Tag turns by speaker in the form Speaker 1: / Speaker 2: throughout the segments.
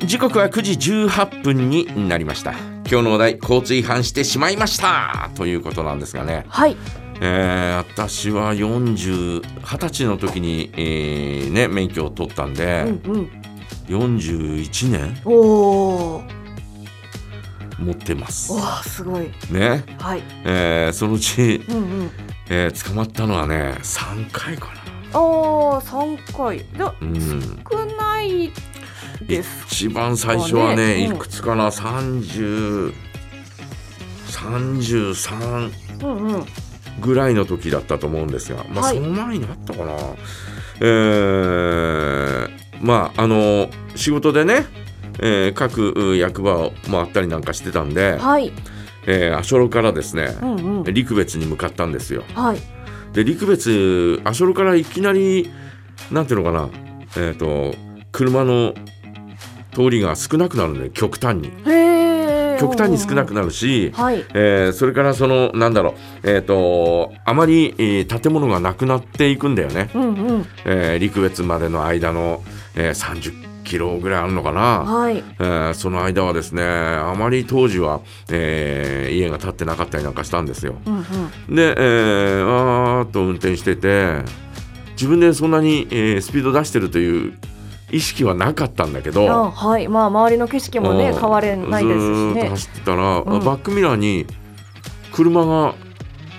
Speaker 1: 時刻は9時18分になりました今日のお題交通違反してしまいましたということなんですがね
Speaker 2: はい。
Speaker 1: えー私は40 20歳の時に、えーね、免許を取ったんで、
Speaker 2: うん。
Speaker 1: 41年
Speaker 2: おお。
Speaker 1: 持ってます
Speaker 2: お。お、すごい。
Speaker 1: ね
Speaker 2: はい。
Speaker 1: えーそのうち、
Speaker 2: うんうん。
Speaker 1: えー捕まったのはね3回か
Speaker 2: ああ、三回。で、
Speaker 1: な、うん、
Speaker 2: 少ないです。
Speaker 1: 一番最初はね
Speaker 2: そうね
Speaker 1: いくつかな3033
Speaker 2: うんうん。
Speaker 1: ぐらいの時だったと思うんですが、まあ、
Speaker 2: はい
Speaker 1: その前にあったかな、えーまああの仕事でね、えー各う役場を回ったりなんかしてたんで、
Speaker 2: はい。
Speaker 1: えー、足寄からですね、
Speaker 2: うんうん。
Speaker 1: 陸別に向かったんですよ。
Speaker 2: はい。
Speaker 1: で陸別足寄からいきなりなんていうのかなえっ、と車の通りが少なくなるんで極端に
Speaker 2: へえ。
Speaker 1: 極端に少なく
Speaker 2: な
Speaker 1: なるし、
Speaker 2: はい。
Speaker 1: えーそれからそのなんだろうえっ、とあまり、えー建物がなくなっていくんだよね、
Speaker 2: うんうん。
Speaker 1: えー陸別までの間の、えー30キロぐらいあるのかな、
Speaker 2: はい。
Speaker 1: えーその間はですねあまり当時は、えー家が建ってなかったりなんかしたんですよ。
Speaker 2: うんうん。
Speaker 1: で、えー、わーっと運転してて自分でそんなに、えースピード出してるという意識はなかったんだけ
Speaker 2: あ
Speaker 1: ど
Speaker 2: はい。まあ、周りの景色もね、
Speaker 1: うん
Speaker 2: 変われないで
Speaker 1: ず
Speaker 2: す
Speaker 1: ー
Speaker 2: し
Speaker 1: っと
Speaker 2: ね。
Speaker 1: 走ってたら、
Speaker 2: ん
Speaker 1: バックミラーに車が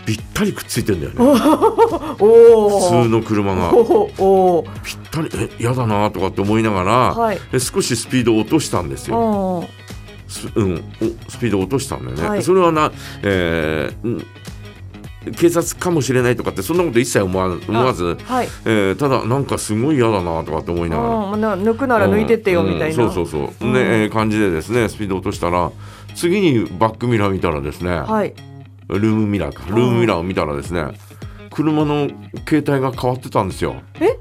Speaker 1: ぴったりくっついてんだよね
Speaker 2: おお。
Speaker 1: 普通の車が
Speaker 2: おお。
Speaker 1: ぴったりえ嫌だなとかって思いながら、
Speaker 2: はい。
Speaker 1: で少しスピードを落としたんです
Speaker 2: う
Speaker 1: よ、
Speaker 2: ん。
Speaker 1: すうん、おスピードを落としたんだよね、
Speaker 2: はい
Speaker 1: それはな、えーうん警察かもしれないとかってそんなこと一切思わ思わず
Speaker 2: はい。
Speaker 1: えーただなんかすごい嫌だなとかって思いながら。
Speaker 2: うん、な抜くなら抜いてってよ
Speaker 1: うん
Speaker 2: みたいな。
Speaker 1: うんそうそうそう、ね
Speaker 2: うん
Speaker 1: えー感じでですねスピード落としたら次にバックミラー見たらですね、
Speaker 2: はい。
Speaker 1: ルームミラーかルームミラーを見たらですね車の携帯が変わってたんですよ
Speaker 2: え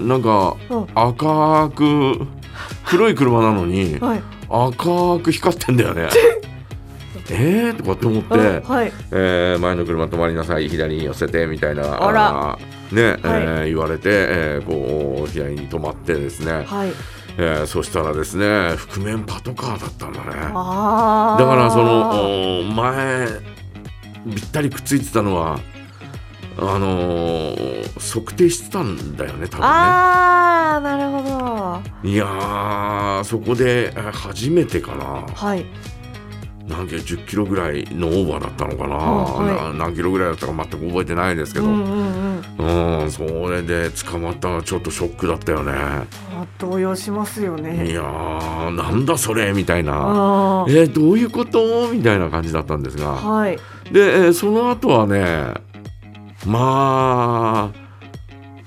Speaker 1: なんか
Speaker 2: うん
Speaker 1: 赤く黒い車なのに
Speaker 2: はい。
Speaker 1: 赤く光ってんだよねえーとかって思って、
Speaker 2: うんはい。
Speaker 1: えー前の車止まりなさい左に寄せてみたいな
Speaker 2: あら
Speaker 1: ーね、えー言われて、えーこう左に止まってですね、
Speaker 2: はい。
Speaker 1: えーそしたらですね覆面パトカーだったんだね
Speaker 2: ああ。
Speaker 1: だからそのお前ぴったりくっついてたのはあのー測定してたんだよね多分ね
Speaker 2: ああ、なるほど。
Speaker 1: いやーそこでえー初めてかな
Speaker 2: はい。
Speaker 1: 何キロ10キロぐらいのオーバーだったのかな、
Speaker 2: うんはい
Speaker 1: な何キロぐらいだったか全く覚えてないですけ
Speaker 2: う
Speaker 1: ど、
Speaker 2: んうんうん。
Speaker 1: うん、それで捕まったのはちょっとショックだったよね。
Speaker 2: あ動揺しますよ
Speaker 1: い
Speaker 2: ね。
Speaker 1: やー、なんだそれみたいな。
Speaker 2: あ
Speaker 1: えーどういうことみたいな感じだったんです
Speaker 2: あ。
Speaker 1: が。
Speaker 2: はい。
Speaker 1: で、えーその後はね、まあ、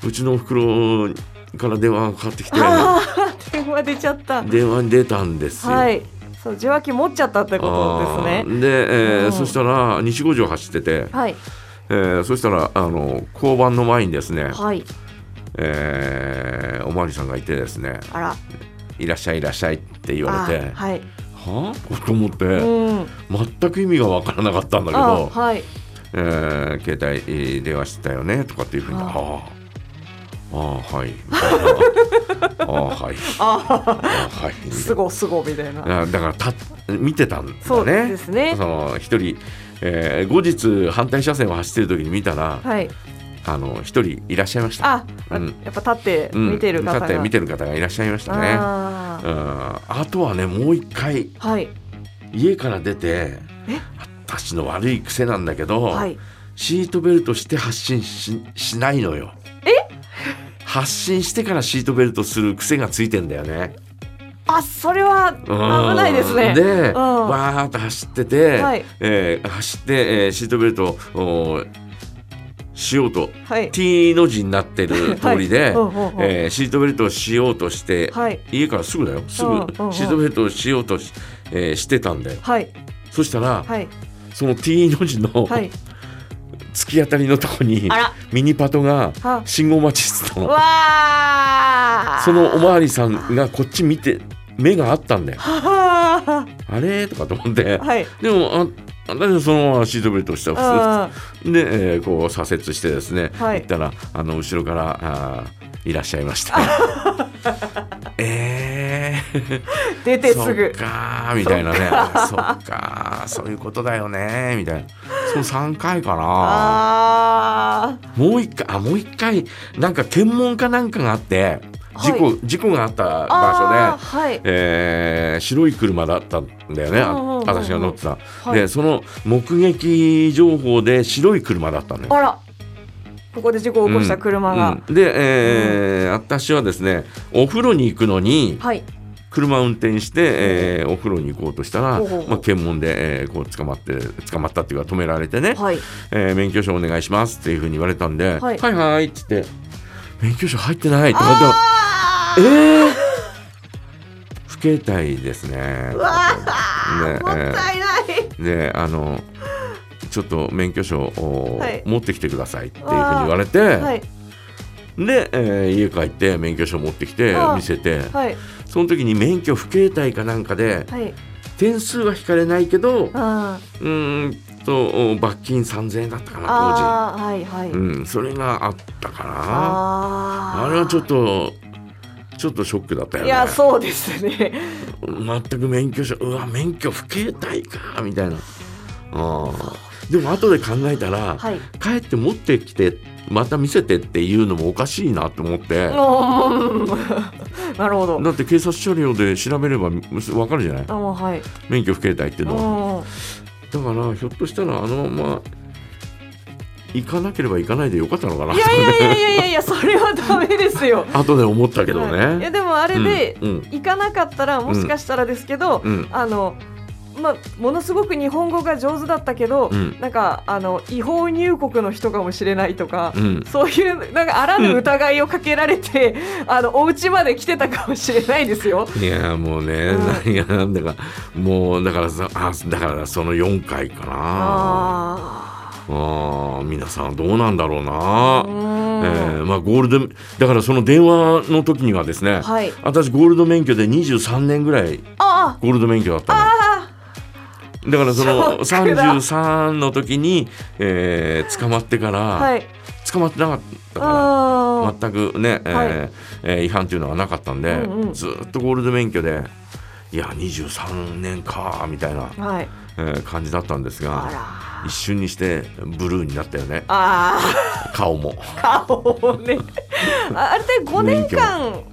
Speaker 1: うちのおふくろから電話がかかってきて、
Speaker 2: ああ、 電話出ちゃった。
Speaker 1: 電話に出たんですよ。
Speaker 2: はい。そう、受話器持っちゃったってことです
Speaker 1: あ
Speaker 2: ね。
Speaker 1: ーで、えー
Speaker 2: うん
Speaker 1: そしたら西五条走ってて、
Speaker 2: はい。
Speaker 1: えーそしたらあの交番の前にですね、
Speaker 2: はい。
Speaker 1: えーおまわりさんがいてですね、
Speaker 2: あら。
Speaker 1: いらっしゃいいらっしゃいって言わ
Speaker 2: あ
Speaker 1: れて
Speaker 2: ーはい。
Speaker 1: はあと思って、
Speaker 2: うん。
Speaker 1: 全く意味がわからなかったんだけ
Speaker 2: あ
Speaker 1: ど、
Speaker 2: ーはい。
Speaker 1: えー携帯えー電話してたよねとかっていうふうに
Speaker 2: あ
Speaker 1: あ
Speaker 2: あ
Speaker 1: あああ はいみたいなああはい
Speaker 2: あ
Speaker 1: ああはいみ
Speaker 2: あ、
Speaker 1: たいな
Speaker 2: すごすごみたいな。
Speaker 1: あだからた見てたんだね
Speaker 2: そうですね
Speaker 1: その一人、えー後日反対車線を走ってる時に見たら、
Speaker 2: はい。
Speaker 1: あの一人いらっしゃいました
Speaker 2: あ、
Speaker 1: うん
Speaker 2: やっぱ立って
Speaker 1: うん
Speaker 2: 見てる方が。
Speaker 1: 立って見てる方がいらっしゃいましたね
Speaker 2: あ
Speaker 1: うんあとはねもう一回
Speaker 2: ーはい。
Speaker 1: 家から出て
Speaker 2: え
Speaker 1: 私の悪い癖なんだけど、
Speaker 2: はい。
Speaker 1: シートベルトして発進ししないのよ発進してからシートベルトする癖がついてんだよね
Speaker 2: あ、それは
Speaker 1: うん
Speaker 2: 危ないですね。
Speaker 1: で
Speaker 2: ん
Speaker 1: わーっと走ってて、
Speaker 2: はい
Speaker 1: えー走って、えーシートベルトをしようと
Speaker 2: はい。
Speaker 1: T の字になってる通りで、
Speaker 2: はいうんうんうん
Speaker 1: えーシートベルトをしようとして、
Speaker 2: はい。
Speaker 1: 家からすぐだよすぐ
Speaker 2: うんうんうん
Speaker 1: シートベルトをしようとし,、えーしてたんだよ
Speaker 2: はい。
Speaker 1: そしたら、
Speaker 2: はい。
Speaker 1: その T の字の
Speaker 2: はい。
Speaker 1: 突き当たりのとこに
Speaker 2: あら
Speaker 1: ミニパトが
Speaker 2: は
Speaker 1: 信号待ちしてた
Speaker 2: わ
Speaker 1: の
Speaker 2: あ。
Speaker 1: そのおまわりさんがこっち見て目があったんだよ
Speaker 2: は
Speaker 1: あれとかと思って
Speaker 2: あ。 はい。
Speaker 1: でもあ私はそのままシートベルトをした
Speaker 2: うん。
Speaker 1: 普
Speaker 2: あ
Speaker 1: 通で、えーこう左折してですね、
Speaker 2: はい
Speaker 1: 行ったらあの後ろからあーいらっしゃいましたえー
Speaker 2: 出てす
Speaker 1: そっ
Speaker 2: ぐ
Speaker 1: かーみたいなねそっかーそういうことだよねーみたいなその3回かな
Speaker 2: あ
Speaker 1: もう1回あもう一回なんか検問かなんかがあって事故,、
Speaker 2: は
Speaker 1: 事故があった
Speaker 2: ーあ
Speaker 1: 場
Speaker 2: ー
Speaker 1: 所で、
Speaker 2: はい
Speaker 1: えー白い車だったんだよねあ
Speaker 2: うんうんうんうん
Speaker 1: 私が乗ってた、
Speaker 2: はい
Speaker 1: でその目撃情報で白い車だったのよ。
Speaker 2: あらここで事故を起こした車が、
Speaker 1: うんで、えー私はですねお風呂に行くのに
Speaker 2: はい
Speaker 1: 車運転して、えーお風呂に行こうとしたら、
Speaker 2: ほうほうほう
Speaker 1: まあ、検問で、えーこう捕まって捕まったっていうか止められてね、
Speaker 2: はい
Speaker 1: えー免許証お願いしますっていうふうに言われたんで「
Speaker 2: は
Speaker 1: はいいはい」っつって「免許証入ってない」って思って
Speaker 2: あ
Speaker 1: え
Speaker 2: ー
Speaker 1: ー、不携帯ですね。
Speaker 2: うわ
Speaker 1: ね
Speaker 2: ーもったいない、
Speaker 1: であのちょっと免許証を
Speaker 2: はい
Speaker 1: 持ってきてくださいっていうふうに言われて、
Speaker 2: はい
Speaker 1: で、えー家帰って免許証持ってきて
Speaker 2: あー
Speaker 1: 見せて、
Speaker 2: はい
Speaker 1: その時に免許不携帯かなんかで
Speaker 2: はい
Speaker 1: 点数は引かれないけどう
Speaker 2: あ
Speaker 1: ーんと罰金3000円だったか
Speaker 2: ー
Speaker 1: な
Speaker 2: あーはいはい、
Speaker 1: 当時、うん、それがあったかなあ
Speaker 2: あー
Speaker 1: れはちょっとちょっとショックだったよ
Speaker 2: い
Speaker 1: ね
Speaker 2: やそうですね
Speaker 1: 全く免許証うわ免許不携帯かみたいなあーでも後で考えたら、
Speaker 2: はい
Speaker 1: 帰って持ってきてまた見せてっていうのもおかしいなと思って、
Speaker 2: うんなるほど
Speaker 1: だって警察車両で調べればわかるじゃない
Speaker 2: あもうはい
Speaker 1: 免許不携帯っていう
Speaker 2: う
Speaker 1: のは
Speaker 2: ん
Speaker 1: だからひょっとしたらあのまま行かなければ行かないでよかったのかない
Speaker 2: やいやいやいやいやいやそれはダメですよ
Speaker 1: 後で思ったけど
Speaker 2: はいい
Speaker 1: ね
Speaker 2: やでもあれで、
Speaker 1: うんうん
Speaker 2: 行かなかったらもしかしたらですけど、
Speaker 1: うん
Speaker 2: あのまあものすごく日本語が上手だったけど、
Speaker 1: うん
Speaker 2: なんかあの違法入国の人かもしれないとか、
Speaker 1: うん
Speaker 2: そういうなんかあらぬ疑いをかけられて、あのお家まで来てたかもしれないですよ。
Speaker 1: いやもうね、
Speaker 2: うん
Speaker 1: 何がなんだかもうだからさあだからその4回かなあ
Speaker 2: あ
Speaker 1: あー皆さんどうなんだろうな
Speaker 2: あ、
Speaker 1: え
Speaker 2: う、ーん
Speaker 1: ーまあゴールドだからその電話の時にはですね、
Speaker 2: はい。
Speaker 1: 私ゴールド免許で23年ぐらい
Speaker 2: あ
Speaker 1: ゴールド免許だったの
Speaker 2: あ
Speaker 1: だからその
Speaker 2: ショックだ
Speaker 1: 33の時に、えー捕まってから、
Speaker 2: あはい。
Speaker 1: 捕まってなかったか
Speaker 2: あ
Speaker 1: ら
Speaker 2: あ
Speaker 1: 全くね、えー
Speaker 2: はい
Speaker 1: えー違反というのはなかったんで、
Speaker 2: うんうん
Speaker 1: ずーっとゴールド免許でいや23年かみたいな、
Speaker 2: はい。
Speaker 1: えー感じだったんです
Speaker 2: あ
Speaker 1: が
Speaker 2: ら。
Speaker 1: 一瞬にしてブルーになったよね
Speaker 2: ああ。
Speaker 1: 顔も。
Speaker 2: 顔をねああれで5年間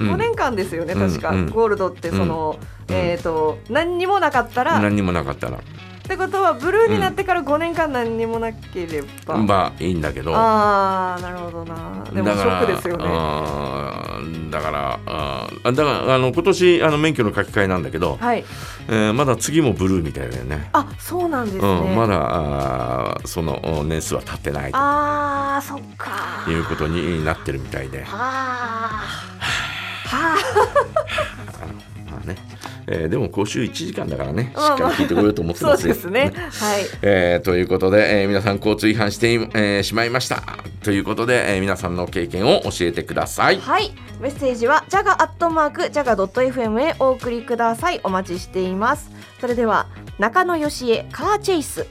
Speaker 1: うん
Speaker 2: 5年間ですよね、
Speaker 1: うん
Speaker 2: 確か、
Speaker 1: うん
Speaker 2: ゴールドってその、
Speaker 1: うん
Speaker 2: えっ、と何にもなかったらっ
Speaker 1: 何にもなかったら
Speaker 2: てことはブルーになってから5年間何にもなければ、
Speaker 1: まあいいんだけど
Speaker 2: ああなるほどなでもショックですよね
Speaker 1: あーだからあーだからあの今年あの免許の書き換えなんだけど、
Speaker 2: はい
Speaker 1: えーまだ次もブルーみたいだよね。
Speaker 2: あそうなんですね、
Speaker 1: うん、まだあーそのお年数は経ってないと
Speaker 2: あーそっか
Speaker 1: いうことになってるみたいで、
Speaker 2: はあは
Speaker 1: まあねえーでも講習1時間だからねしっ
Speaker 2: ま
Speaker 1: か
Speaker 2: あ
Speaker 1: り
Speaker 2: まあ
Speaker 1: 聞いてこようと思っ
Speaker 2: あ
Speaker 1: て
Speaker 2: そ
Speaker 1: ま
Speaker 2: う
Speaker 1: す
Speaker 2: で
Speaker 1: よ
Speaker 2: すねはい
Speaker 1: えーということで、えー皆さん交通違反してい、えーしまいましたということで、えー皆さんの経験を教えてください。
Speaker 2: はい、メッセージは jaga アットマーク jaga ドット fm へお送りください。お待ちしています。それでは中野よしえカーチェイス。